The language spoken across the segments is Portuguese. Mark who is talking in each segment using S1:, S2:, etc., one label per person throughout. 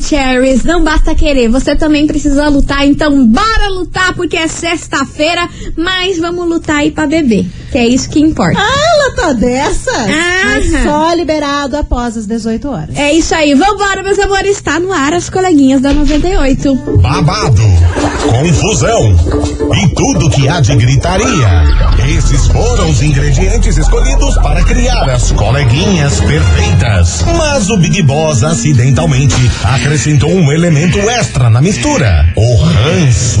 S1: Cherries, não basta querer, você também precisa lutar, então bora lutar porque é sexta-feira, mas vamos lutar aí pra beber, que é isso que importa.
S2: Ah, ela tá dessa? Mas
S1: Aham.
S2: só liberado após as 18 horas.
S1: É isso aí, vambora, meus amores, está no ar as coleguinhas da 98.
S3: babado, confusão e tudo que há de gritaria. Esses foram os ingredientes escolhidos para criar as coleguinhas perfeitas. Mas o Big Boss acidentalmente acrescentou um elemento extra na mistura: o ranço.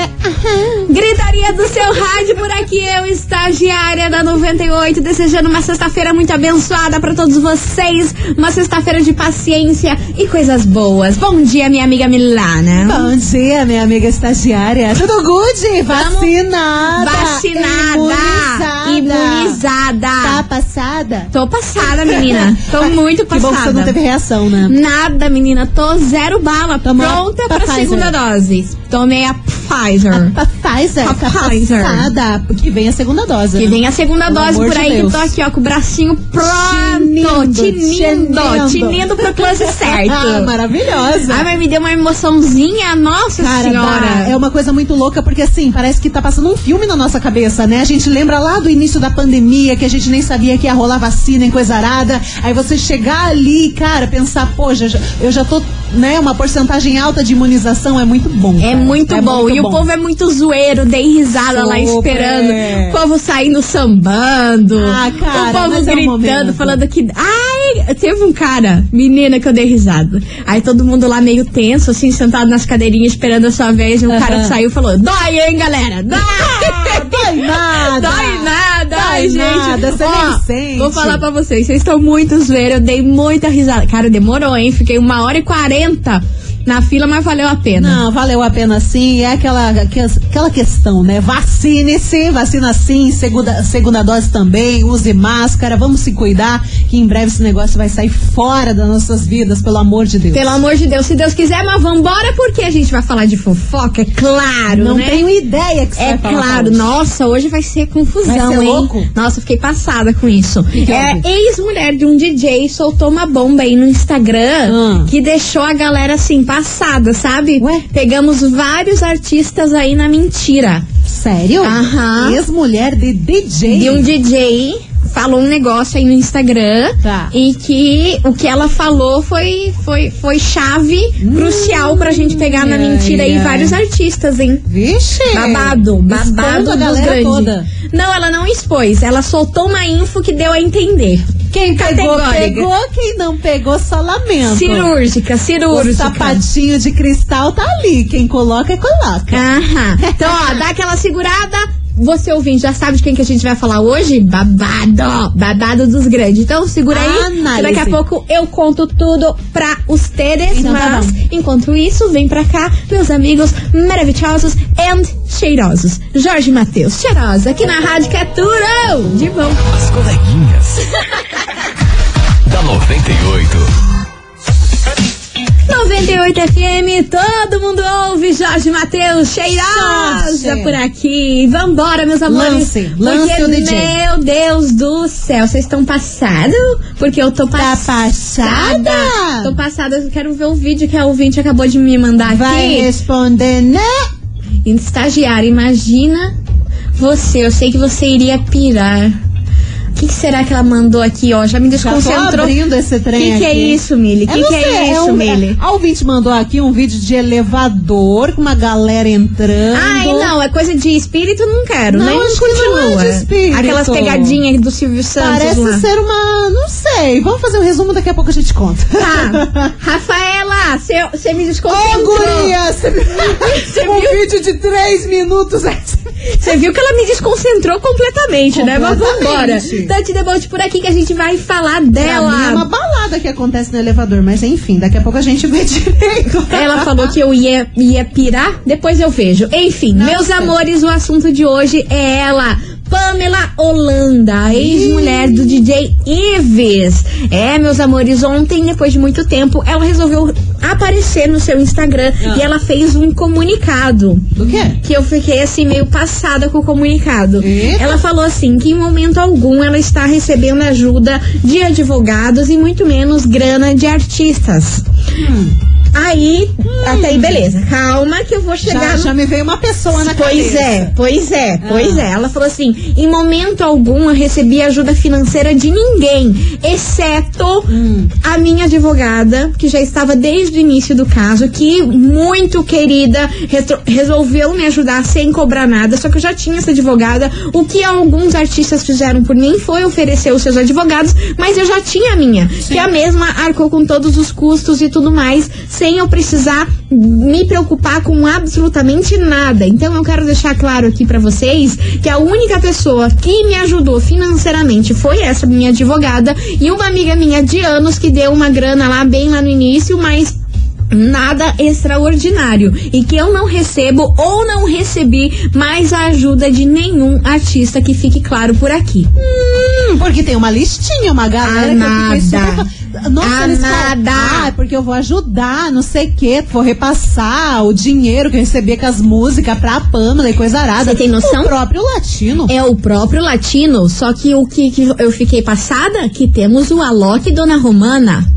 S2: aham.
S1: Gritaria do seu rádio por aqui, eu, estagiária da 98, desejando uma sexta-feira muito abençoada pra todos vocês, uma sexta-feira de paciência e coisas boas. Bom dia, minha amiga Milana.
S2: Bom dia, minha amiga estagiária. Tudo good? Vacinada.
S1: Vacinada,
S2: Imunizada.
S1: imunizada.
S2: Tá passada? Tá.
S1: Tô passada, menina. Tô muito
S2: Que bom que você não
S1: passada. Hum.
S2: teve reação, né?
S1: Nada, menina. Tô zero bala,
S2: Tomou a
S1: pronta pra
S2: Pfizer.
S1: segunda dose. Tomei a Pfizer.
S2: A Pfizer
S1: A
S2: tá
S1: Pfizer.
S2: passada. Que vem a segunda dose.
S1: Que
S2: né?
S1: vem a segunda
S2: Pelo
S1: dose
S2: amor
S1: por
S2: de
S1: aí,
S2: Deus.
S1: que tô aqui, ó, com o bracinho pronto,
S2: Tinindo,
S1: tinindo,
S2: tinindo.
S1: tinindo pro close certo.
S2: Ah, maravilhosa.
S1: Ai, mas me deu uma emoçãozinha, nossa
S2: Cara,
S1: senhora.
S2: dá. é uma coisa muito louca, porque assim, parece que tá passando um filme na nossa cabeça, né? A gente lembra lá do início da pandemia, que a gente nem sabia que ia rolar vacina em coisa arada. Aí você chegar ali, cara, pensar, poxa, eu já tô, né? Uma porcentagem alta de imunização é muito bom.
S1: É
S2: cara.
S1: muito bom. e o povo é muito zoeiro, dei risada lá
S2: Super.
S1: esperando. O povo saindo sambando.
S2: Ah, cara,
S1: o povo
S2: mas é um
S1: gritando,
S2: momento.
S1: falando que. Ai! Teve um cara, menina, que eu dei risada. Aí todo mundo lá meio tenso, assim, sentado nas cadeirinhas esperando a sua vez. E um cara
S2: Aham.
S1: saiu e falou: Dói, hein, galera? Dói!
S2: Dói nada.
S1: Dói nada, ai,
S2: Dói
S1: gente.
S2: nada, você
S1: Ó,
S2: nem sente.
S1: Vou falar pra vocês, vocês estão muito zoeiros, eu dei muita risada. Cara, demorou, hein? Fiquei uma hora e quarenta na fila, mas valeu a pena.
S2: Não, valeu a pena sim. É aquela, aquela questão, né? Vacine-se, vacina sim, segunda, segunda dose também, use máscara, vamos se cuidar, que em breve esse negócio vai sair fora das nossas vidas, pelo amor de Deus.
S1: Pelo amor de Deus, se Deus quiser, mas vambora, porque a gente vai falar de fofoca, é claro,
S2: Não
S1: né?
S2: tenho ideia que você
S1: É
S2: vai falar
S1: claro,
S2: hoje.
S1: nossa, hoje vai ser confusão,
S2: Vai ser
S1: hein?
S2: louco?
S1: Nossa, fiquei passada com isso.
S2: que
S1: É,
S2: houve?
S1: ex-mulher de um DJ soltou uma bomba aí no Instagram
S2: Hum.
S1: que deixou a galera assim passada, sabe?
S2: Ué?
S1: Pegamos vários artistas aí na mentira.
S2: Sério?
S1: Aham.
S2: Ex-mulher de DJ.
S1: E um DJ falou um negócio aí no Instagram
S2: Tá.
S1: e que o que ela falou foi foi foi chave crucial pra gente pegar na
S2: Hum. ai,
S1: mentira aí
S2: ai.
S1: vários artistas, hein?
S2: Vixe!
S1: É, Babado, babado
S2: Expondo a
S1: dos
S2: galera
S1: grandes.
S2: toda.
S1: Não, ela não expôs, ela soltou uma info que deu a entender.
S2: Quem pegou,
S1: Categórica.
S2: pegou, quem não pegou, só lamento.
S1: Cirúrgica,
S2: O
S1: cirúrgica.
S2: sapatinho de cristal tá ali, quem coloca, coloca.
S1: Aham. Então, ó, dá aquela segurada. Você ouvinte já sabe de quem que a gente vai falar hoje? Babado! Babado dos grandes. Então segura aí,
S2: Análise.
S1: que daqui a pouco eu conto tudo pra ustedes.
S2: Então tá
S1: mas,
S2: bom.
S1: enquanto isso, vem pra cá, meus amigos maravilhosos and cheirosos. Jorge Matheus, cheirosa, aqui na Rádio Caturo. De bom.
S4: As coleguinhas. da 98.
S1: 98 FM, todo mundo ouve, Jorge Matheus, cheirosa
S2: Jorge.
S1: por aqui. Vambora, meus amores.
S2: Lance, lance
S1: porque,
S2: o DJ.
S1: Meu Deus do céu, vocês estão passados? Porque eu tô passada.
S2: Tá passada?
S1: Tô passada, eu quero ver o vídeo que a ouvinte acabou de me mandar
S2: Vai é.
S1: aqui.
S2: responder, né?
S1: Estagiária, imagina você, eu sei que você iria pirar. O que, que será que ela mandou aqui, ó? Já me
S2: Já tô
S1: desconcentrou.
S2: abrindo esse
S1: Tá
S2: trem
S1: Que que é
S2: aqui.
S1: isso, Mili?
S2: Eu
S1: Que
S2: não
S1: que é
S2: sei,
S1: isso,
S2: um-
S1: Mili?
S2: A ouvinte mandou aqui um vídeo de elevador com uma galera entrando.
S1: Ai, não, é coisa de espírito, não quero,
S2: Então, Não,
S1: nem
S2: acho que
S1: continua.
S2: não é de espírito.
S1: Aquelas pegadinhas do Silvio Santos
S2: Parece
S1: lá.
S2: ser uma... Não sei. Vamos fazer um resumo, daqui a pouco a gente conta.
S1: Tá. Rafaela, você me
S2: Ô,
S1: desconcentrou.
S2: guria! Você viu? um vídeo de três minutos. é assim,
S1: Você viu que ela me desconcentrou completamente, né? Mas vambora.
S2: Completamente.
S1: Tante Debolt por aqui que a gente vai falar
S2: Pra mim É uma
S1: dela.
S2: balada nada que acontece no elevador, mas enfim, daqui a pouco a gente vê direito.
S1: Ela falou que eu ia, ia pirar, depois eu vejo. Enfim,
S2: Nossa.
S1: meus amores, o assunto de hoje é ela. Pamela Holanda, ex-mulher do DJ Ives. É, meus amores, ontem, depois de muito tempo, ela resolveu aparecer no seu Instagram
S2: Ah.
S1: e ela fez um comunicado
S2: Do quê?
S1: que eu fiquei assim meio passada com o comunicado.
S2: Eita.
S1: Ela falou assim que em momento algum ela está recebendo ajuda de advogados e muito menos grana de artistas.
S2: Hum.
S1: Aí, até aí, beleza. Calma que eu vou chegar
S2: Já,
S1: no
S2: já me veio uma pessoa na
S1: Pois
S2: cabeça.
S1: é, pois é,
S2: Ah.
S1: pois é. Ela falou assim: em momento algum eu recebi ajuda financeira de ninguém, exceto a minha advogada, que já estava desde o início do caso, que muito querida, retro- resolveu me ajudar sem cobrar nada. Só que eu já tinha essa advogada. O que alguns artistas fizeram por mim foi oferecer os seus advogados, mas eu já tinha a minha, que é a mesma arcou com todos os custos e tudo mais, sem eu precisar me preocupar com absolutamente nada. Então eu quero deixar claro aqui pra vocês que a única pessoa que me ajudou financeiramente foi essa minha advogada e uma amiga minha de anos que deu uma grana lá bem lá no início, mas nada extraordinário e que eu não recebo ou não recebi mais a ajuda de nenhum artista que fique claro por aqui.
S2: Hum, porque tem uma listinha, uma galera
S1: Ah,
S2: que
S1: nada.
S2: eu fiquei super... Nossa,
S1: Ah,
S2: eles falam,
S1: nada.
S2: ah, é porque eu vou ajudar, não sei o quê, vou repassar o dinheiro que eu recebi com as músicas pra Pamela e coisa arada.
S1: Você tem noção?
S2: O próprio latino.
S1: É o próprio latino, só que o que, que eu fiquei passada, que temos o Alok e Dona Romana,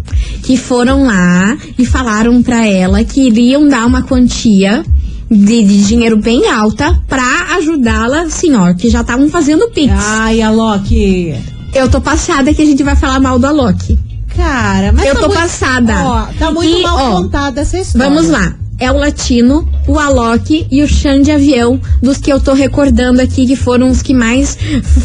S1: que foram lá e falaram pra ela que iriam dar uma quantia de, de dinheiro bem alta pra ajudá-la, senhor, que já estavam fazendo pix.
S2: Ai, Alok.
S1: Eu tô passada que a gente vai falar mal do Alok.
S2: Cara, mas
S1: Eu
S2: tá
S1: tô
S2: muito-
S1: passada.
S2: Ó, tá muito
S1: E,
S2: mal
S1: ó,
S2: contada essa história.
S1: Vamos lá. É o Latino, o Alok e o Xan de Avião, dos que eu tô recordando aqui, que foram os que mais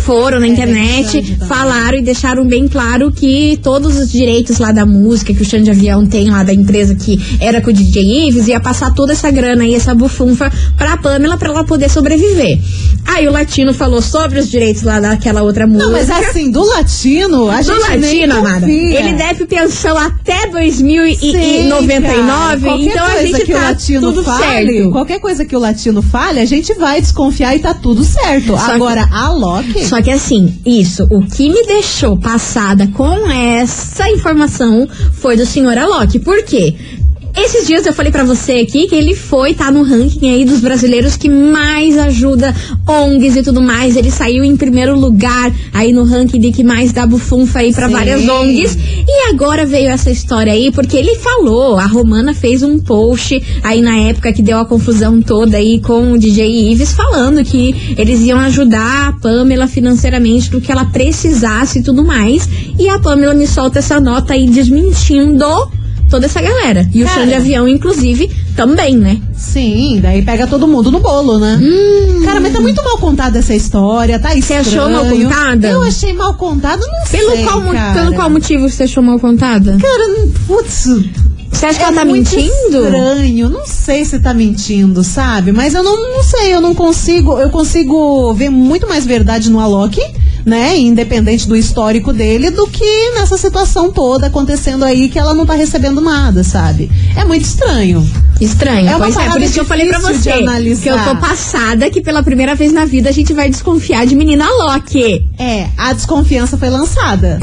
S1: foram na
S2: o É, Xan de
S1: internet,
S2: Avião.
S1: falaram e deixaram bem claro que todos os direitos lá da música que o Xan de Avião tem lá da empresa que era com o DJ Ives, ia passar toda essa grana e essa bufunfa pra Pamela pra ela poder sobreviver. Aí o Latino falou sobre os direitos lá daquela outra música.
S2: Não, mas assim, do latino, a
S1: Do
S2: gente nem
S1: Latino, amada.
S2: confia.
S1: Ele deve pensão até
S2: Sim,
S1: 2099,
S2: cara. Qualquer
S1: então a
S2: coisa
S1: gente
S2: que o
S1: tá
S2: latino
S1: tudo
S2: fale,
S1: certo.
S2: Qualquer coisa que o latino fale, a gente vai desconfiar e tá tudo certo.
S1: Só que-
S2: Agora, a Loki.
S1: Só que assim, isso, o que me deixou passada com essa informação foi do senhor Alok. Por quê? Esses dias eu falei pra você aqui que ele foi tá no ranking aí dos brasileiros que mais ajuda ONGs e tudo mais. Ele saiu em primeiro lugar aí no ranking de que mais dá bufunfa aí pra
S2: Sim.
S1: várias ONGs. E agora veio essa história aí, porque ele falou, a Romana fez um post aí na época que deu a confusão toda aí com o DJ Ives, falando que eles iam ajudar a Pamela financeiramente do que ela precisasse e tudo mais. E a Pamela me solta essa nota aí desmentindo toda essa galera. E o
S2: Cara.
S1: chão de avião, inclusive, também, né?
S2: Sim, daí pega todo mundo no bolo, né? Cara, mas tá muito mal contada essa história, tá
S1: Hum. Você
S2: estranho.
S1: achou mal contada?
S2: Eu achei mal contada, não
S1: Pelo,
S2: sei,
S1: qual, mo-
S2: cara.
S1: pelo qual motivo você achou mal contada?
S2: Cara, não- putz...
S1: Você acha que
S2: é
S1: ela tá
S2: muito
S1: mentindo?
S2: estranho, não sei se tá mentindo, sabe? Mas eu não, não sei, eu não consigo... Eu consigo ver muito mais verdade no Alok, né? Independente do histórico dele, do que nessa situação toda acontecendo aí que ela não tá recebendo nada, sabe? É muito estranho.
S1: Estranho,
S2: É uma
S1: pois é, por
S2: parada
S1: isso que eu falei pra
S2: difícil de
S1: você
S2: analisar.
S1: que eu tô passada que pela primeira vez na vida a gente vai desconfiar de menina Loki.
S2: É, a desconfiança foi lançada.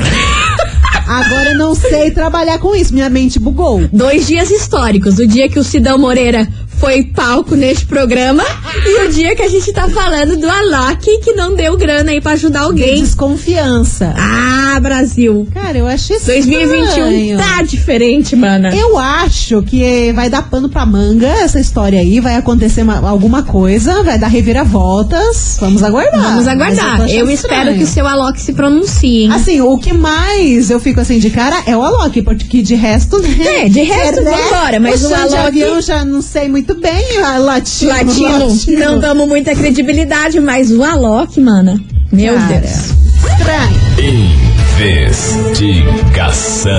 S2: Agora eu não sei trabalhar com isso, minha mente bugou.
S1: Dois dias históricos, o dia que o Sidão Moreira foi palco neste programa e o dia que a gente tá falando do Alok que não deu grana aí pra ajudar alguém.
S2: Desconfiança.
S1: Ah, Brasil.
S2: Cara, eu achei estranho.
S1: 2021 tá diferente, mana.
S2: Eu acho que vai dar pano pra manga essa história aí, vai acontecer ma- alguma coisa, vai dar reviravoltas. Vamos aguardar.
S1: Vamos
S2: Mas tô
S1: aguardar.
S2: achando
S1: Eu espero
S2: estranho.
S1: que o seu Alok se pronuncie. hein?
S2: Assim, o que mais eu fico assim de cara é o Alok, porque de resto. né?
S1: É, de resto, vambora, mas o
S2: o Xande
S1: Alok-
S2: Avião já não sei muito bem, a latino.
S1: Latino, não tá- damos muita credibilidade, mas o Alok, mana. Meu
S2: Cara.
S1: Deus.
S2: Estranho.
S4: Investigação.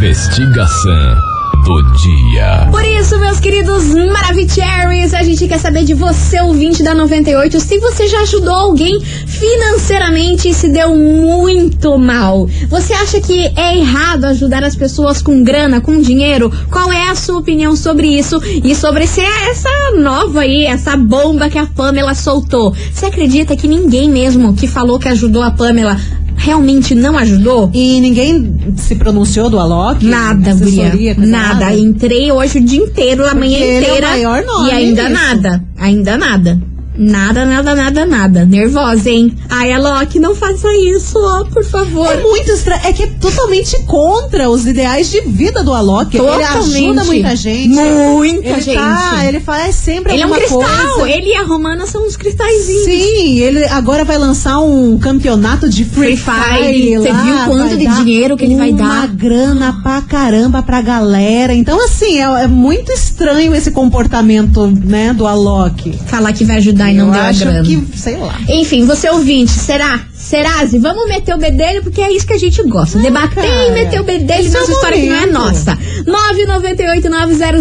S4: Investigação do dia.
S1: Por isso, meus queridos Maravicheries, a gente quer saber de você, ouvinte da 98, se você já ajudou alguém financeiramente e se deu muito mal. Você acha que é errado ajudar as pessoas com grana, com dinheiro? Qual é a sua opinião sobre isso e sobre se é essa nova aí, essa bomba que a Pamela soltou? Você acredita que ninguém mesmo que falou que ajudou a Pamela realmente não ajudou?
S2: E ninguém se pronunciou do Alok?
S1: Nada,
S2: Assessoria,
S1: guria.
S2: coisa
S1: Nada. Entrei hoje o dia inteiro, a manhã
S2: ele é o
S1: inteira.
S2: maior nome
S1: e ainda
S2: disso.
S1: nada. Ainda nada. Nada, nada, nada, nada. Nervosa, hein? Ai, Alok, não faça isso, ó, por favor.
S2: É muito estranho. É que é totalmente contra os ideais de vida do Alok. Ele ajuda
S1: Totalmente.
S2: muita gente.
S1: Muita
S2: ele
S1: gente.
S2: Tá, ele faz sempre
S1: Ele é um
S2: alguma
S1: cristal.
S2: coisa.
S1: Ele é e a Romana são uns cristalzinhos.
S2: Sim, ele agora vai lançar um campeonato de
S1: Free
S2: Free Fire.
S1: Fire. Você
S2: lá,
S1: viu quanto
S2: vai
S1: de
S2: dar
S1: dinheiro que ele vai
S2: Uma
S1: dar?
S2: grana pra caramba pra galera. Então, assim, é, é muito estranho esse comportamento, né, do Alok.
S1: Falar que vai ajudar e não
S2: Eu
S1: deu a
S2: acho
S1: grana.
S2: que, sei lá.
S1: Enfim, você ouvinte, será? Serazi, vamos meter o bedelho porque é isso que a gente gosta. Debater
S2: cara.
S1: e meter o bedelho
S2: Esse é
S1: nessa
S2: o
S1: história que não é
S2: momento.
S1: nossa.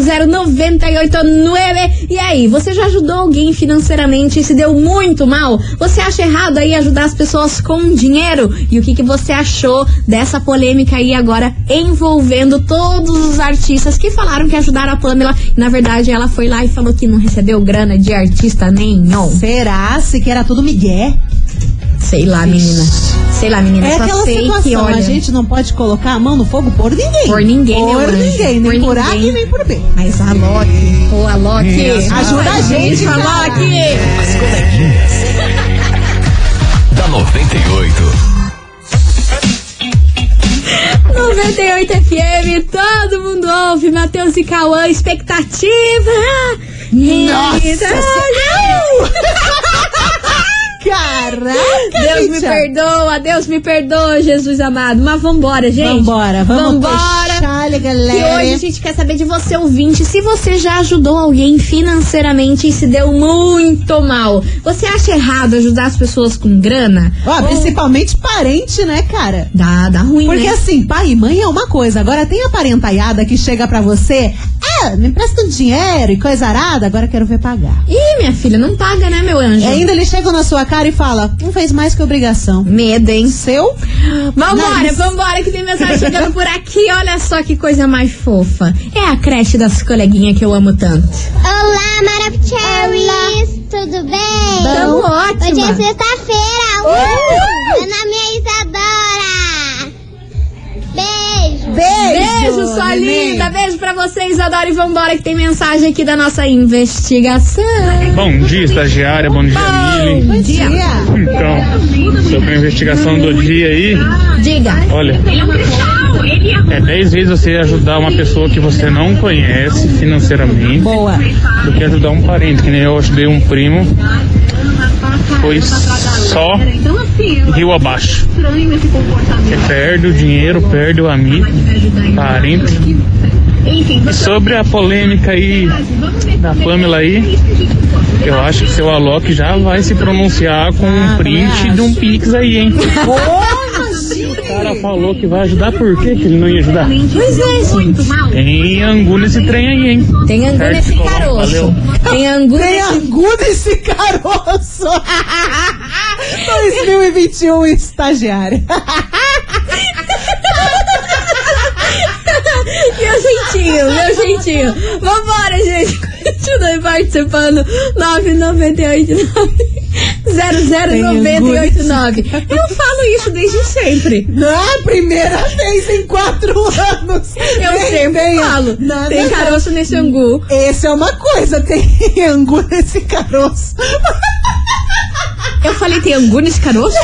S1: 998-900-989. E aí, você já ajudou alguém financeiramente e se deu muito mal? Você acha errado aí ajudar as pessoas com dinheiro? E o que, que você achou dessa polêmica aí agora envolvendo todos os artistas que falaram que ajudaram a Pamela? E, na verdade, ela foi lá e falou que não recebeu grana de artista nenhum.
S2: Será se que era tudo migué?
S1: Sei lá, menina. Sei lá, menina.
S2: É
S1: só
S2: aquela
S1: sei
S2: situação,
S1: que olha.
S2: a gente não pode colocar a mão no fogo por ninguém.
S1: Por ninguém, meu
S2: Por
S1: anjo.
S2: ninguém, nem
S1: Por
S2: por, A
S1: ninguém.
S2: e nem por B.
S1: Mas a Loki, tá pô, a Loki.
S2: Ajuda a gente,
S1: a
S2: cara.
S1: Loki.
S4: As coleguinhas. da 98.
S1: 98 FM, todo mundo ouve. Matheus e Cauã, expectativa.
S2: Nossa
S1: Eita,
S2: Caraca,
S1: Deus me
S2: bicha.
S1: perdoa, Deus me perdoa, Jesus amado. Mas vambora, gente.
S2: Vambora, vamos
S1: Vambora.
S2: deixar a
S1: E
S2: galera.
S1: hoje a gente quer saber de você, ouvinte, se você já ajudou alguém financeiramente e se deu muito mal. Você acha errado ajudar as pessoas com grana?
S2: Ó,
S1: Ou-
S2: principalmente parente, né, cara?
S1: Dá, dá ruim,
S2: Porque
S1: né?
S2: assim, pai e mãe é uma coisa. Agora tem a parentaiada que chega pra você, ah, me empresta um dinheiro e coisa arada, agora quero ver pagar.
S1: Ih, minha filha, não paga, né, meu anjo?
S2: E ainda eles chegam na sua cara e fala, não fez mais que obrigação.
S1: Medo, hein?
S2: Seu?
S1: Vambora,
S2: Nariz.
S1: vambora, que tem mensagem chegando por aqui. Olha só que coisa mais fofa. É a creche das coleguinhas que eu amo tanto.
S5: Olá, Maravicheries! Tudo bem?
S1: Tamo ótima.
S5: Hoje é sexta-feira! Uh! Meu nome é Isadora! Beijo!
S1: Beijo, sua
S2: neném.
S1: linda. Beijo pra vocês, adoro e vambora, que tem mensagem aqui da nossa investigação.
S6: Bom dia, estagiária, bom dia, Mili.
S1: Bom
S2: Bom dia.
S1: dia.
S6: Então, sobre a investigação do dia aí,
S1: Diga.
S6: olha, é 10 vezes você ajudar uma pessoa que você não conhece financeiramente
S2: Boa.
S6: do que ajudar um parente, que nem eu ajudei um primo, foi só rio abaixo. Você perde o dinheiro, perde o amigo, parente. E sobre a polêmica aí da Pamela aí, eu acho que seu Alok já vai se pronunciar com um print de um Pix aí, hein? O cara falou que vai ajudar, por que, que ele não ia ajudar?
S1: Pois é, gente.
S6: Tem angu nesse trem aí, hein?
S1: Tem angu
S6: Certo,
S1: nesse
S6: Colombo,
S1: caroço. Tem angu
S2: Tem
S1: nesse
S2: angu nesse caroço. 2021, estagiária.
S1: Meu jeitinho, meu jeitinho. Vambora, gente. Continue participando. 998900989. Eu falo isso desde sempre.
S2: Na primeira vez em quatro anos.
S1: Eu
S2: Nem
S1: sempre
S2: venha.
S1: falo.
S2: Nada.
S1: Tem caroço nesse angu.
S2: Essa é uma coisa, tem angu nesse caroço.
S1: Eu falei, tem angu nesse caroço?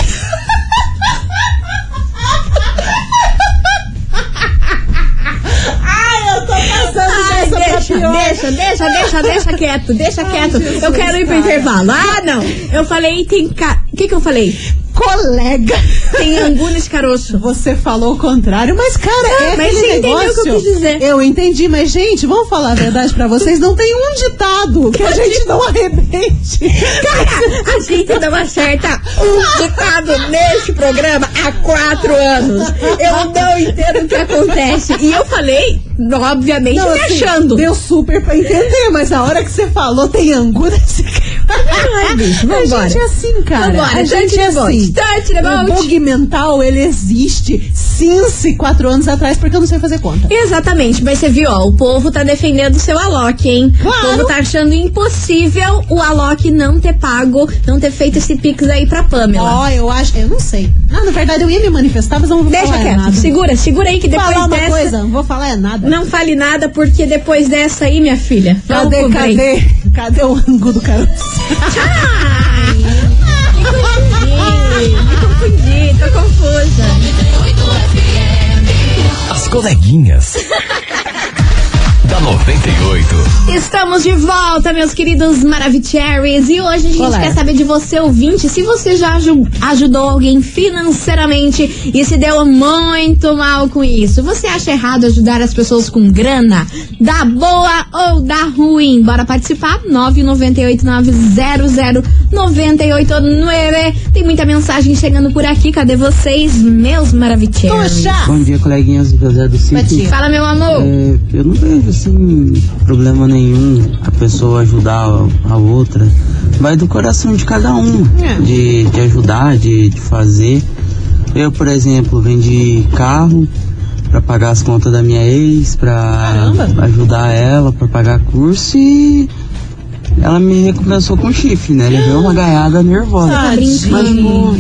S2: Ai, eu tô passando
S1: Ai,
S2: dessa pra
S1: deixa,
S2: pior.
S1: deixa, deixa, deixa, deixa quieto, deixa quieto.
S2: Jesus,
S1: eu quero ir pro
S2: cara.
S1: intervalo. Ah, não. Eu falei, tem ca... O que que eu falei?
S2: colega.
S1: Tem angu nesse caroço.
S2: Você falou o contrário, mas cara, é
S1: mas
S2: aquele
S1: você entendeu
S2: negócio.
S1: o que eu quis dizer.
S2: Eu entendi, mas gente, vamos falar a verdade pra vocês, não tem um ditado que a gente não arrebente.
S1: Cara, a gente não acerta um ditado neste programa há quatro anos. Eu não entendo o que acontece. E eu falei, obviamente,
S2: Não,
S1: me
S2: assim,
S1: achando.
S2: Deu super pra entender, mas a hora que você falou tem angu nesse cara.
S1: Ai, bicho,
S2: A
S1: vambora.
S2: gente é assim, cara.
S1: Vambora,
S2: a gente
S1: touch
S2: é
S1: the boat,
S2: assim.
S1: touch the
S2: o
S1: boat.
S2: bug mental, ele existe since quatro anos atrás, porque eu não sei fazer conta.
S1: Exatamente, mas você viu, ó, o povo tá defendendo o seu Alok, hein?
S2: Claro.
S1: O povo tá achando impossível o Alok não ter pago, não ter feito esse pix aí pra Pamela.
S2: Ó, eu acho, eu não sei. Ah, na verdade eu ia me manifestar, mas eu não vou
S1: Deixa
S2: falar é
S1: quieto,
S2: nada.
S1: segura, segura aí que
S2: Vou
S1: depois
S2: falar uma
S1: dessa.
S2: coisa, não vou falar é nada.
S1: Não fale nada, porque depois dessa aí, minha filha. vamos
S2: cadê,
S1: pro break.
S2: cadê, cadê o angu do caroço?
S1: Ih, Me confundi, tô confusa.
S4: As coleguinhas. da 98.
S1: Estamos de volta, meus queridos Maravicheries. E hoje a gente
S2: Olá.
S1: quer saber de você, ouvinte, se você já aju- ajudou alguém financeiramente e se deu muito mal com isso. Você acha errado ajudar as pessoas com grana? Da boa ou da ruim? Bora participar? 998900989. Tem muita mensagem chegando por aqui. Cadê vocês, meus Maravicheries?
S2: Puxa!
S7: Bom dia, coleguinhas do José do Sítio.
S2: Betinho.
S1: Fala, meu amor.
S7: É, eu não vejo assim problema nenhum a pessoa ajudar a outra. Vai do coração de cada um
S2: É.
S7: de, de ajudar, de, de fazer. Eu, por exemplo, vendi carro pra pagar as contas da minha ex, pra
S2: Caramba.
S7: ajudar ela, pra pagar curso e ela me recompensou com chifre, né? Levei uma gaiada nervosa.
S1: Tá
S2: Tadinho.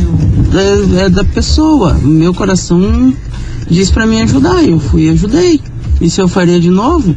S7: é, é da pessoa. Meu coração diz pra mim ajudar. Eu fui e ajudei. E se eu faria de novo?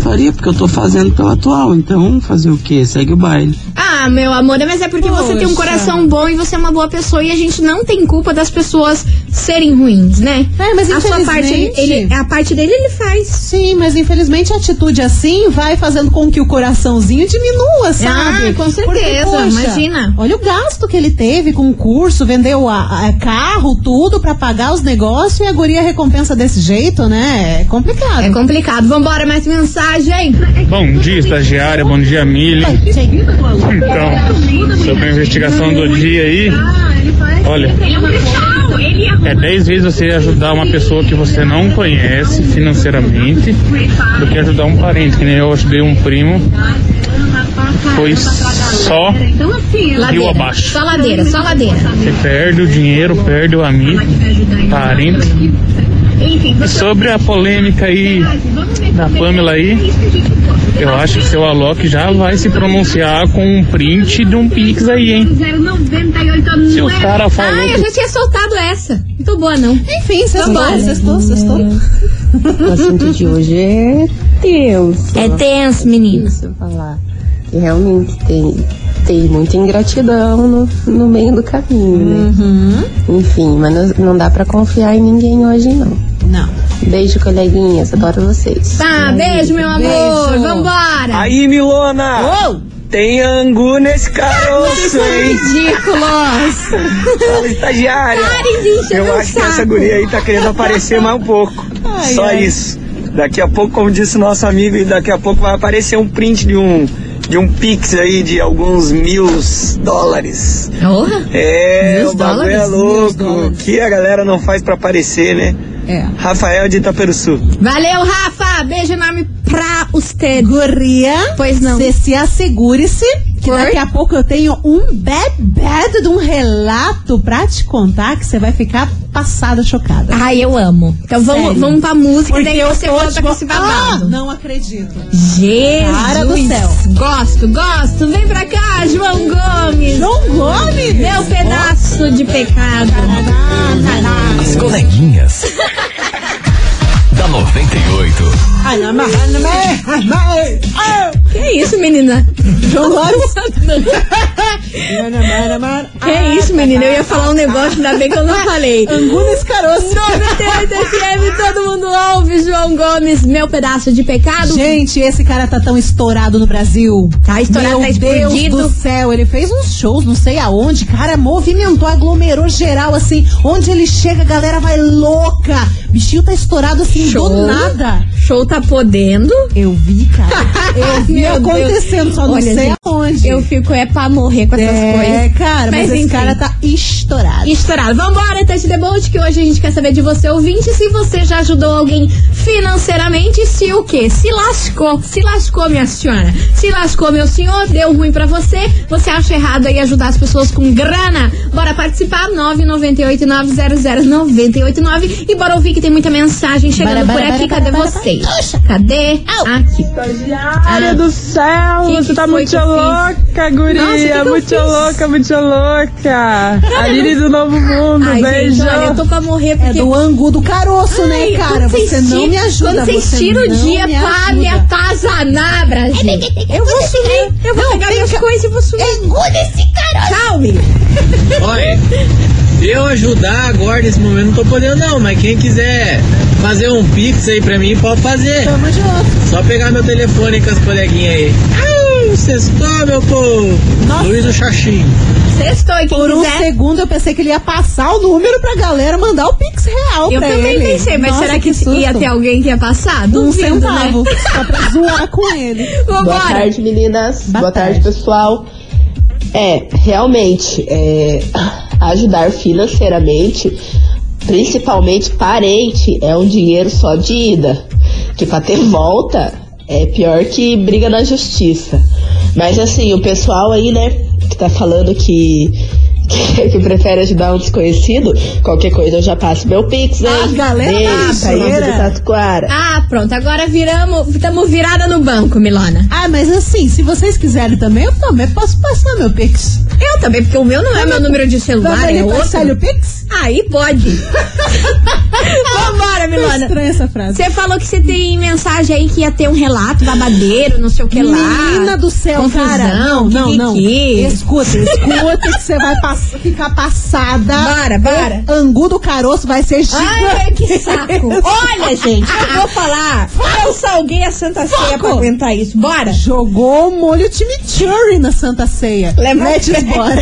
S7: Faria, porque eu tô fazendo pelo atual. Então, fazer o quê? Segue o baile.
S1: Ah, meu amor, mas é porque você tem um
S2: Poxa.
S1: coração bom e você é uma boa pessoa e a gente não tem culpa das pessoas serem ruins, né?
S2: É, mas
S1: a sua parte, ele, é
S2: infelizmente-
S1: ele- a parte dele ele faz.
S2: Sim, mas infelizmente a atitude assim vai fazendo com que o coraçãozinho diminua, sabe?
S1: Ah, com certeza, imagina.
S2: Olha o gasto que ele teve com o curso, vendeu a, a- carro, tudo pra pagar os negócios e a guria recompensa desse jeito, né? É complicado.
S1: É complicado. Vambora, mais mensagem.
S6: Bom dia, estagiária, bom dia, Mili. Então, sobre a investigação do dia aí, olha, é 10 vezes você ajudar uma pessoa que você não conhece financeiramente do que ajudar um parente, que nem eu ajudei um primo. Foi só rio
S1: Ladeira.
S6: abaixo.
S1: Só ladeira, só ladeira.
S6: Você perde o dinheiro, perde o amigo, parente. E sobre a polêmica aí da Pamela aí, eu acho que seu Alok já vai se pronunciar com um print de um Pix aí, hein? Se o cara falou
S1: Ai, eu
S6: que
S1: já tinha soltado essa. Muito boa, não.
S2: Enfim, sextou,
S1: Vambora.
S2: sextou, sextou.
S8: O assunto de hoje é tenso.
S1: É tenso, menino.
S8: difícil falar. E realmente tem, tem muita ingratidão no, no meio do caminho, né?
S2: Uhum.
S8: Enfim, mas não, não dá pra confiar em ninguém hoje, não.
S2: Não.
S8: Beijo, coleguinhas. Adoro vocês.
S1: Tá, beijo, meu amor.
S2: Beijo.
S1: Vambora.
S9: Aí, Milona!
S2: Uou!
S9: Tem angu nesse caroço, hein?
S1: Ridículos.
S9: Fala, estagiária!
S1: Parem de encher
S9: Eu
S1: meu
S9: acho que
S1: saco.
S9: essa guria aí tá querendo aparecer mais um pouco.
S2: Ai,
S9: Só
S2: ai.
S9: isso. Daqui a pouco, como disse o nosso amigo, daqui a pouco vai aparecer um print de um de um pix aí de alguns mil dólares.
S1: Porra.
S9: É,
S1: Mil
S9: o bagulho é
S1: dólares? Mil
S9: louco. O
S1: dólares.
S9: que a galera não faz pra aparecer, né?
S2: É.
S9: Rafael de Itaperuçu.
S1: Valeu, Rafa. Beijo enorme pra você.
S2: Guria,
S1: Pois não.
S2: Cê se assegure-se que
S1: Oi?
S2: daqui a pouco eu tenho um bebê de um relato pra te contar que você vai ficar passada chocada.
S1: Ai, eu amo. Então vamos,
S2: Sério?
S1: vamos pra música e
S2: Porque
S1: daí você
S2: tô,
S1: volta
S2: tipo,
S1: com esse babado.
S2: ah, não acredito.
S1: Jesus!
S2: Cara do céu.
S1: Gosto, gosto. Vem pra cá, João Gomes.
S2: João Gomes!
S1: Meu pedaço
S2: Ah,
S1: de pecado.
S2: tá,
S4: As coleguinhas. da 98.
S2: Ai, amarrando, né? Ai, ai, ai.
S1: Que isso, menina?
S2: é João Lopes. Mara, mara, mara.
S1: Que é isso, menina? Eu ia falar um negócio, ainda bem que eu não falei.
S2: Angu nesse caroço.
S1: 98 FM, todo mundo ouve, João Gomes, meu pedaço de pecado.
S2: Gente, esse cara tá tão estourado no Brasil.
S1: Tá estourado,
S2: Meu
S1: tá
S2: Deus
S1: explodido.
S2: do céu, ele fez uns shows, não sei aonde, cara, movimentou, aglomerou geral, assim, onde ele chega, a galera vai louca. Bichinho tá estourado assim, do nada.
S1: Show tá podendo.
S2: Eu vi, cara. Eu vi
S1: Meu Deus.
S2: acontecendo, só não
S1: Olha,
S2: sei
S1: gente,
S2: aonde.
S1: Eu fico é pra morrer com essas
S2: é,
S1: coisas.
S2: cara, mas, esse
S1: enfim.
S2: cara tá estourado.
S1: Estourado. Vambora, Tete Debolt, que hoje a gente quer saber de você, ouvinte, se você já ajudou alguém financeiramente, se o quê? Se lascou. Se lascou, minha senhora. Se lascou, meu senhor, deu ruim pra você. Você acha errado aí ajudar as pessoas com grana? Bora participar, 998-900-989. E bora ouvir que tem muita mensagem chegando
S2: Bora, bora,
S1: por aqui.
S2: bora,
S1: Cadê
S2: bora, bora,
S1: vocês? Cadê? Aqui.
S10: Área
S1: Ah.
S10: do céu,
S1: Que que
S10: você tá
S1: foi
S10: muito
S1: que eu fiz?
S10: louca,
S1: Nossa,
S10: guria.
S1: que que eu
S10: muito
S1: fiz?
S10: louca, muito louca. Aline do Novo Mundo,
S1: Ai, gente,
S10: beijo.
S1: olha, eu tô pra morrer
S2: É
S1: porque
S2: do angu do caroço,
S1: Ai,
S2: né, cara?
S1: quando
S2: Você
S1: vocês
S2: não
S1: tiram-
S2: me ajuda.
S1: Quando vocês
S2: você
S1: tiram o
S2: não
S1: dia
S2: me
S1: pra me
S2: ajuda.
S1: atazanar, Brasil. Eu vou sumir. Eu vou pegar minhas coisas e vou sumir. Enguda esse cara. Tchau, menino.
S11: Olha, eu ajudar agora nesse momento não tô podendo não, mas quem quiser fazer um pix aí pra mim pode fazer.
S2: Tamo junto.
S11: Só pegar meu telefone com as coleguinhas aí. Ai, sextou, meu povo.
S2: Nossa.
S11: Luiz do Xaxim.
S1: Sextou, e quem
S2: Por um
S1: quiser.
S2: segundo eu pensei que ele ia passar o número pra galera mandar o Pix real
S1: eu
S2: pra
S1: também
S2: ele.
S1: pensei, mas
S2: Nossa,
S1: será que,
S2: susto.
S1: ia ter alguém que ia passar?
S2: um
S1: Duvido, né?
S2: centavo? Só pra zoar com ele.
S8: Boa
S1: Vambora.
S8: tarde, meninas.
S2: Boa
S8: Boa,
S2: tarde.
S8: tarde. pessoal. É, realmente, é, ajudar financeiramente, principalmente parente, é um dinheiro só de ida. Que pra ter volta é pior que briga na justiça. Mas assim, o pessoal aí, né, que tá falando que. Que, que prefere ajudar um desconhecido, qualquer coisa eu já passo meu pix, hein?
S2: Ah, galera
S8: Beijo, Thaís
S2: brasileira.
S8: de Tatuquara.
S1: Ah, pronto. Agora viramos, estamos virada no banco, Milona.
S2: Ah, mas assim, se vocês quiserem também, eu também posso passar meu Pix.
S1: Eu também, porque o meu não é meu número de celular,
S2: Vai
S1: é
S2: ele passar o
S1: outro.
S2: Pix?
S1: Aí pode. Vambora,
S2: Tá
S1: Milona.
S2: estranha essa frase.
S1: Você falou que você tem mensagem aí que ia ter um relato babadeiro, não sei o que lá.
S2: Menina do céu,
S1: Confusão,
S2: cara. Não, não, não.
S1: kikiki.
S2: Escuta, escuta que você vai pass- ficar passada.
S1: Bora, bora.
S2: O angu do caroço vai ser gigante.
S1: Ai, que saco. Olha, gente, eu vou falar. Eu salguei a Santa Ceia pra aguentar isso. Bora.
S2: Jogou molho chimichurri na Santa Ceia.
S1: Leva
S2: Mete
S1: fé.
S2: embora.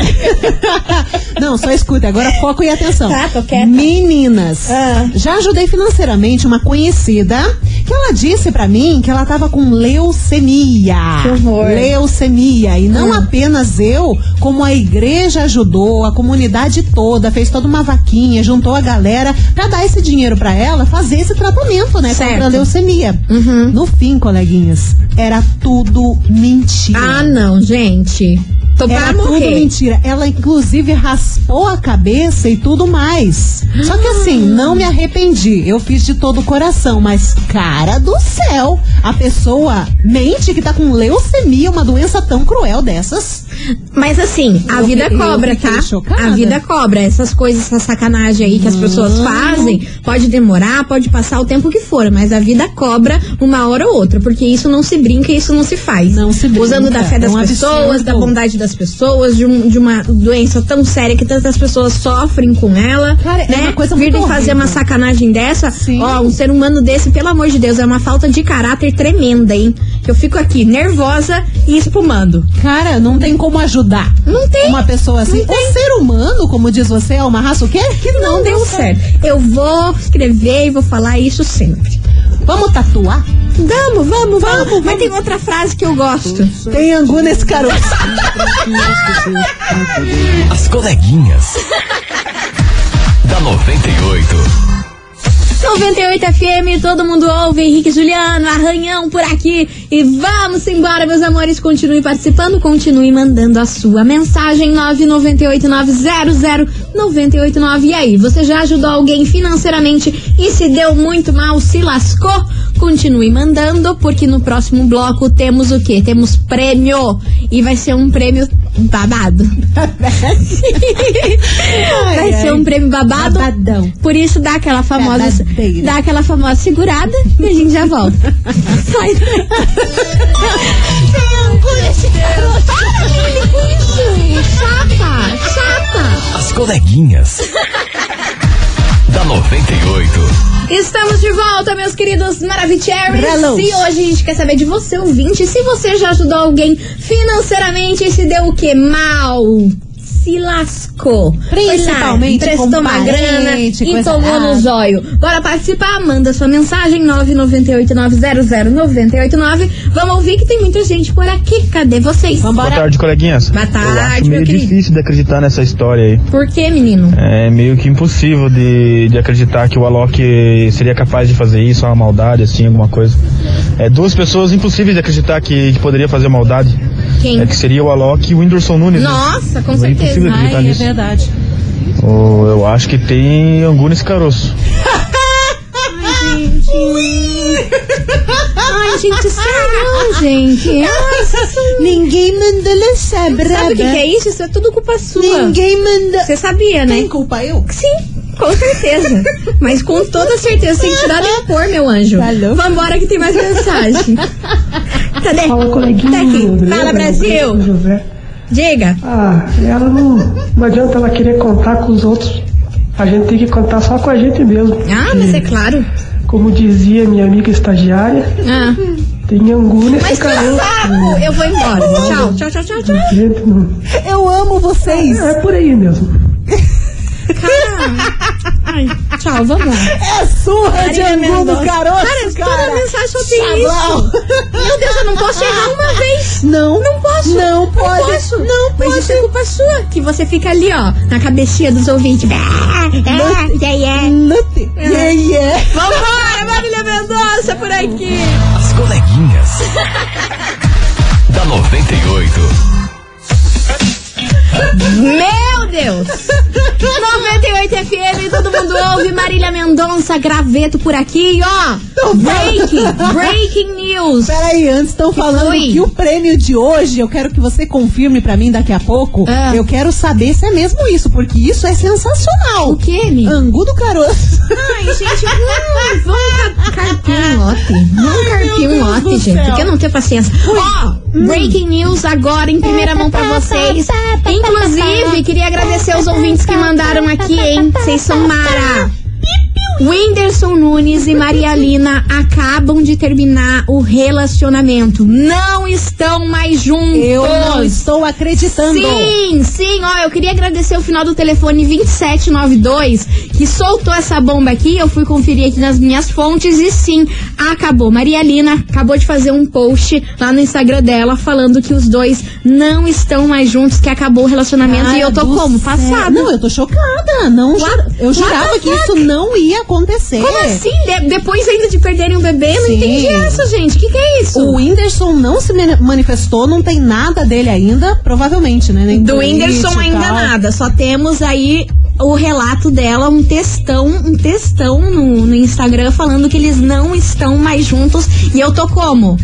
S2: Não, só escuta. Agora foco e atenção.
S1: Tá, tô quieta.
S2: Meninas,
S1: Ah.
S2: já ajudei financeiramente uma conhecida que ela disse pra mim que ela tava com leucemia.
S1: Que horror. Ah.
S2: Leucemia. E não apenas eu, como a igreja ajudou, a comunidade toda, fez toda uma vaquinha, juntou a galera pra dar esse dinheiro pra ela fazer esse tratamento, né?
S1: Certo.
S2: Contra a leucemia.
S1: Uhum.
S2: No fim, coleguinhas, era tudo mentira.
S1: Ah, não, gente. Tô pra
S2: Era tudo
S1: morrer.
S2: mentira. Ela, inclusive, raspou a cabeça e tudo mais. Só que assim,
S1: Ah.
S2: não me arrependi. Eu fiz de todo o coração. Mas, cara do céu, a pessoa mente que tá com leucemia, uma doença tão cruel dessas.
S1: Mas assim, a
S2: Eu
S1: vida
S2: fiquei- eu
S1: cobra,
S2: fiquei
S1: tá?
S2: chocada.
S1: A vida cobra. Essas coisas, essa sacanagem aí que as pessoas fazem, pode demorar, pode passar o tempo que for, mas a vida cobra uma hora ou outra, porque isso não se brinca, isso não se faz.
S2: Não se brinca,
S1: Usando da fé das
S2: é um
S1: pessoas,
S2: absurdo.
S1: da bondade das pessoas, de, um- de uma doença tão séria que tantas pessoas sofrem com ela.
S2: Cara, é
S1: né?
S2: uma coisa
S1: Virem
S2: muito
S1: fazer
S2: horrível.
S1: uma sacanagem dessa,
S2: Sim.
S1: ó, um ser humano desse, pelo amor de Deus, é uma falta de caráter tremenda, hein? Eu fico aqui nervosa e espumando.
S2: Cara, não tem como ajudar.
S1: Não tem.
S2: Uma pessoa assim.
S1: Não tem.
S2: O ser humano, como diz você, é uma raça o quê? Que não,
S1: Não deu certo. Eu vou escrever e vou falar isso sempre.
S2: Vamos tatuar?
S1: Vamos, vamos, vamos. Mas tem outra frase que eu gosto.
S2: Tem angu nesse caroço.
S4: As coleguinhas. da 98.
S1: 98 FM, todo mundo ouve, Henrique e Juliano, Arranhão por aqui. E vamos embora, meus amores. Continue participando, continue mandando a sua mensagem 998900989. E aí, você já ajudou alguém financeiramente e se deu muito mal, se lascou? Continue mandando, porque no próximo bloco temos o quê? Temos prêmio. E vai ser um prêmio Babado. Vai ser um prêmio babado.
S2: Babadão.
S1: Por isso dá aquela famosa. Dá aquela famosa segurada e a gente já volta. Sai Chapa, chapa.
S4: As coleguinhas. da 98.
S1: Estamos de volta, meus queridos Maravicherrys.
S2: Hello.
S1: E hoje a gente quer saber de você, ouvinte, se você já ajudou alguém financeiramente e se deu o que? Mal. Se lascou.
S2: Principalmente
S1: Foi lá,
S2: com
S1: Emprestou uma
S2: parente,
S1: grana e
S2: coisa
S1: tomou
S2: errada.
S1: no zóio. Bora participar? Manda sua mensagem 998900989. Vamos ouvir que tem muita gente por aqui. Cadê vocês?
S12: Boa tarde, coleguinhas.
S1: Boa tarde,
S12: Eu acho
S1: meu
S12: meio
S1: querido.
S12: difícil de acreditar nessa história aí.
S1: Por que, menino?
S12: É meio que impossível de, de acreditar que o Alok seria capaz de fazer isso, uma maldade, assim, alguma coisa. É duas pessoas impossíveis de acreditar que, que poderia fazer maldade.
S1: Quem?
S12: É que seria o Alok e o Whindersson Nunes. né?
S1: Nossa, com
S12: É
S1: certeza.
S12: impossível acreditar nisso.
S1: verdade.
S12: Oh, eu acho que tem angu nesse caroço.
S1: Ai, gente, sério, gente.
S2: Ninguém manda lançar, braba.
S1: Sabe o que, que é isso? Isso é tudo culpa sua.
S2: Ninguém manda.
S1: Você sabia, né?
S2: Tem culpa eu?
S1: Sim, com certeza. Mas com toda certeza, sem tirar nem pôr, meu anjo.
S2: Falou.
S1: Vambora que tem mais mensagem. Cadê?
S13: Fala, coleguinha.
S1: Tá aqui.
S13: Beleza?
S1: Fala, Brasil.
S13: Beleza, José.
S1: Diga.
S13: Ah, ela não. Não adianta ela querer contar com os outros. A gente tem que contar só com a gente mesmo.
S1: Ah, mas é claro.
S13: Como dizia minha amiga estagiária,
S1: Ah.
S13: tem angu nesse
S1: Mas que
S13: caroço.
S1: saco! Eu vou embora. Tchau, tchau, tchau, tchau, tchau.
S13: Gente, não.
S2: Eu amo vocês.
S1: Ah.
S13: É por aí mesmo.
S1: Ai, tchau, vamos lá.
S2: É surra de
S1: Marília
S2: angu no
S1: Mendonça.
S2: caroço,
S1: Cara,
S2: cara. Tá
S1: toda mensagem só tem
S2: Chablau.
S1: isso. Meu Deus, eu não posso errar uma vez.
S2: Não.
S1: Não posso.
S2: Não pode.
S1: Não posso.
S2: Não
S1: Mas
S2: pode.
S1: isso é culpa sua. Que você fica ali, ó, na cabecinha dos ouvintes. Ah, ah, yeah, yeah.
S2: Nothing. Yeah, yeah.
S1: Vambora, Marília Mendonça por aqui.
S4: As coleguinhas. da 98.
S1: Meu Deus! 98 FM, todo mundo ouve. Marília Mendonça, graveto por aqui, e ó. Breaking, breaking news.
S2: Peraí, antes estão falando
S1: foi?
S2: que o prêmio de hoje, eu quero que você confirme pra mim daqui a pouco.
S1: Ah.
S2: Eu quero saber se é mesmo isso, porque isso é sensacional.
S1: O que, Mi?
S2: Angu do caroço.
S1: Ai, gente, hum, vamos ca- carpir um lote. Vamos carpir um
S2: Deus
S1: lote,
S2: do
S1: gente,
S2: céu. hum.
S1: porque eu não tenho paciência. Ó, breaking news agora em primeira mão pra vocês. Inclusive, queria agradecer aos ouvintes que mandaram aqui, hein? Vocês são mara. Whindersson Nunes e Maria Lina acabam de terminar o relacionamento. Não estão mais juntos.
S2: Eu não estou acreditando.
S1: Sim, sim, ó, eu queria agradecer o final do telefone 2792, que soltou essa bomba aqui, eu fui conferir aqui nas minhas fontes e sim, acabou. Maria Lina acabou de fazer um post lá no Instagram dela falando que os dois não estão mais juntos, que acabou o relacionamento
S2: Cara
S1: e eu tô
S2: do
S1: como?
S2: céu.
S1: Passada.
S2: Não, eu tô chocada. Não, ju-
S1: What-
S2: eu
S1: what
S2: jurava
S1: the
S2: que isso não ia acontecer.
S1: Como assim? De- depois ainda de perderem o bebê, eu não
S2: é. Sim.
S1: entendi essa, gente. O que, que é isso?
S2: O Whindersson não se mani- manifestou, não tem nada dele ainda, provavelmente, né? Nem
S1: Do
S2: tweet
S1: Whindersson
S2: e
S1: ainda
S2: tal.
S1: nada. Só temos aí o relato dela, um textão, um textão no, no Instagram falando que eles não estão mais juntos. E eu tô como?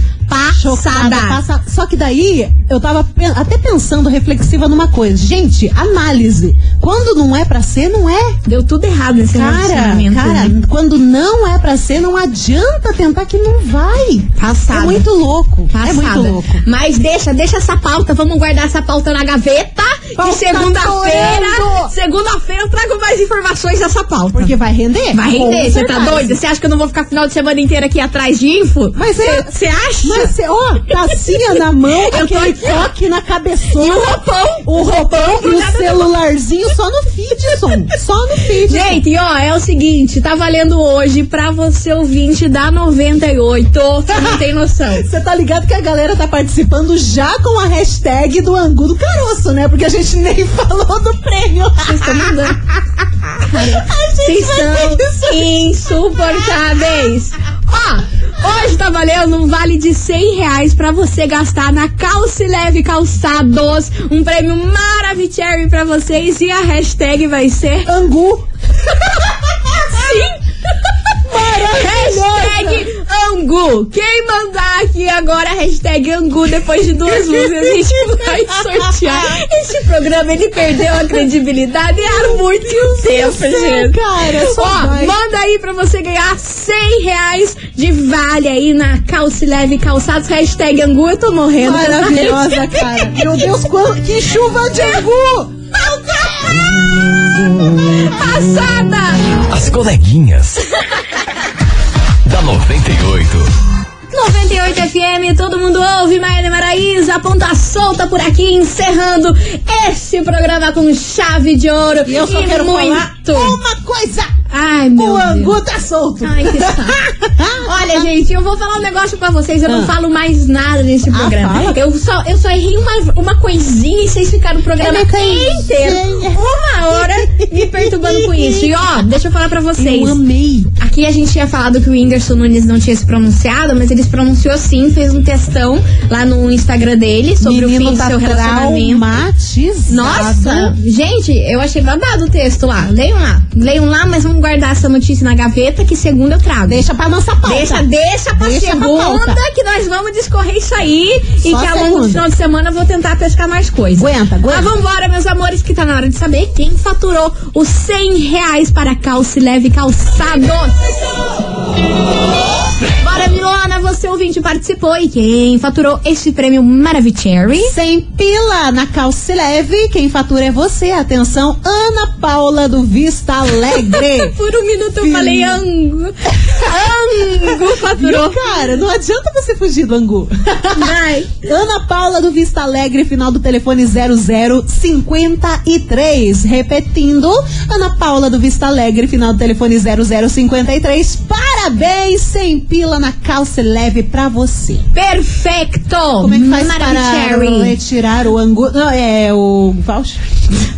S2: Chocada.
S1: Passada.
S2: passa- Só que daí eu tava pe- até pensando reflexiva numa coisa. Gente, análise. Quando não é pra ser, não é.
S1: Deu tudo errado nesse
S2: Cara,
S1: relacionamento.
S2: cara,
S1: né?
S2: quando não é pra ser, não adianta tentar que não vai.
S1: Passada.
S2: É muito louco.
S1: Passada.
S2: É muito louco.
S1: Mas deixa, deixa essa pauta. Vamos guardar essa pauta na gaveta.
S2: Pauta
S1: e segunda-feira,
S2: doendo.
S1: segunda-feira eu trago mais informações dessa pauta.
S2: Porque vai render?
S1: Vai render,
S2: Com
S1: você tá
S2: certeza.
S1: doida? Você acha que eu não vou ficar final de semana inteira aqui atrás de info?
S2: Mas é-
S1: Você acha?
S2: Mas você, ó, tacinha na mão,
S1: tô
S2: aquele
S1: aqui, ó.
S2: toque na cabeçona.
S1: E o roupão?
S2: O roupão e
S1: Nada-
S2: o celularzinho só no feed, som. Só no feed.
S1: Gente, e ó, é o seguinte, tá valendo hoje pra você ouvinte da 98. Você não tem noção.
S2: Você tá ligado que a galera tá participando já com a hashtag do Angu do Caroço, né? Porque a gente nem falou do prêmio.
S1: Vocês estão mandando. Vocês são insuportáveis. Ó, hoje tá valendo um vale de 100 reais pra você gastar na Calce Leve Calçados. Um prêmio maravilhoso pra vocês e a hashtag vai ser
S2: Angu.
S1: Sim. Hashtag Angu. Quem mandar aqui agora a hashtag Angu depois de duas músicas, a gente vai sortear. Este programa, ele perdeu a credibilidade há muito tempo, gente.
S2: cara, só
S1: Ó,
S2: vai.
S1: manda aí pra você ganhar 100 reais de vale aí na Calce Leve Calçados. Hashtag Angu, eu tô morrendo.
S2: Maravilhosa, cara. Meu Deus, quanto- que chuva de Angu!
S1: Passada!
S4: As coleguinhas. da 98.
S1: 98 FM, todo mundo ouve, Maíra Maraísa, ponta solta por aqui, encerrando este programa com chave de ouro.
S2: E eu só
S1: E
S2: quero
S1: muito.
S2: falar uma coisa.
S1: Ai, meu
S2: o
S1: Deus.
S2: Angu tá solto.
S1: Ai, que saco. Olha, gente, eu vou falar um negócio pra vocês. Eu não
S2: Ah.
S1: falo mais nada nesse programa. Eu, só, eu só errei uma, uma coisinha e vocês ficaram o programa
S2: Ela tá
S1: inteiro. Uma hora me perturbando com isso. E ó, deixa eu falar pra vocês.
S2: Eu amei.
S1: Aqui a gente tinha falado que o Whindersson Nunes não tinha se pronunciado, mas ele se pronunciou sim, fez um textão lá no Instagram dele sobre o
S2: Menino
S1: fim
S2: tá
S1: do seu relacionamento.
S2: traumatizado.
S1: Nossa, gente, eu achei babado o texto lá. Leiam lá. Leiam lá, mas vamos guardar essa notícia na gaveta que segunda eu trago.
S2: Deixa pra nossa pauta.
S1: Deixa, deixa pra
S2: Deixa pra
S1: segunda
S2: pauta.
S1: que nós vamos discorrer isso aí. e
S2: Só
S1: que ao longo do
S2: segunda.
S1: final de semana eu vou tentar pescar mais coisas.
S2: Aguenta, aguenta.
S1: Mas vambora, meus amores, que tá na hora de saber quem faturou os 100 reais para calce leve calçado. Bora, Milona, você ouvinte participou. E quem faturou este prêmio Maravicherry?
S2: Sem pila na calça leve, quem fatura é você. Atenção, Ana Paula do Vista Alegre.
S1: Por um minuto eu falei Ango. Ango faturou.
S2: Viu, cara, não adianta você fugir do Angu.
S1: Vai.
S2: Ana Paula do Vista Alegre, final do telefone 0053. Repetindo, Ana Paula do Vista Alegre, final do telefone 0053. Parabéns, sem pila na calça é leve pra você.
S1: Perfeito!
S2: Como é que faz
S1: Maravicherry.
S2: para retirar o angu... Não, é o voucher?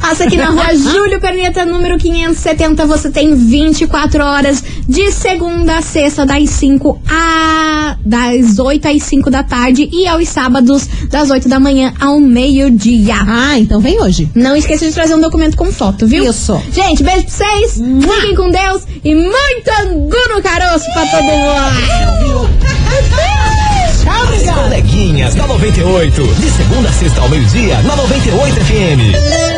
S1: Passa aqui na rua Júlio Perneta, número 570. Você tem 24 horas de segunda a sexta, das 5 a. das 8 às 5 da tarde e aos sábados, das 8 da manhã ao meio-dia.
S2: Ah, então vem hoje.
S1: Não esqueça de trazer um documento com foto, viu?
S2: Isso.
S1: Gente, beijo pra vocês, fiquem com Deus e muito angu no caroço pra todo mundo!
S2: Tchau, obrigada.
S4: Coleguinhas da 98. De segunda a sexta ao meio-dia, na 98 FM.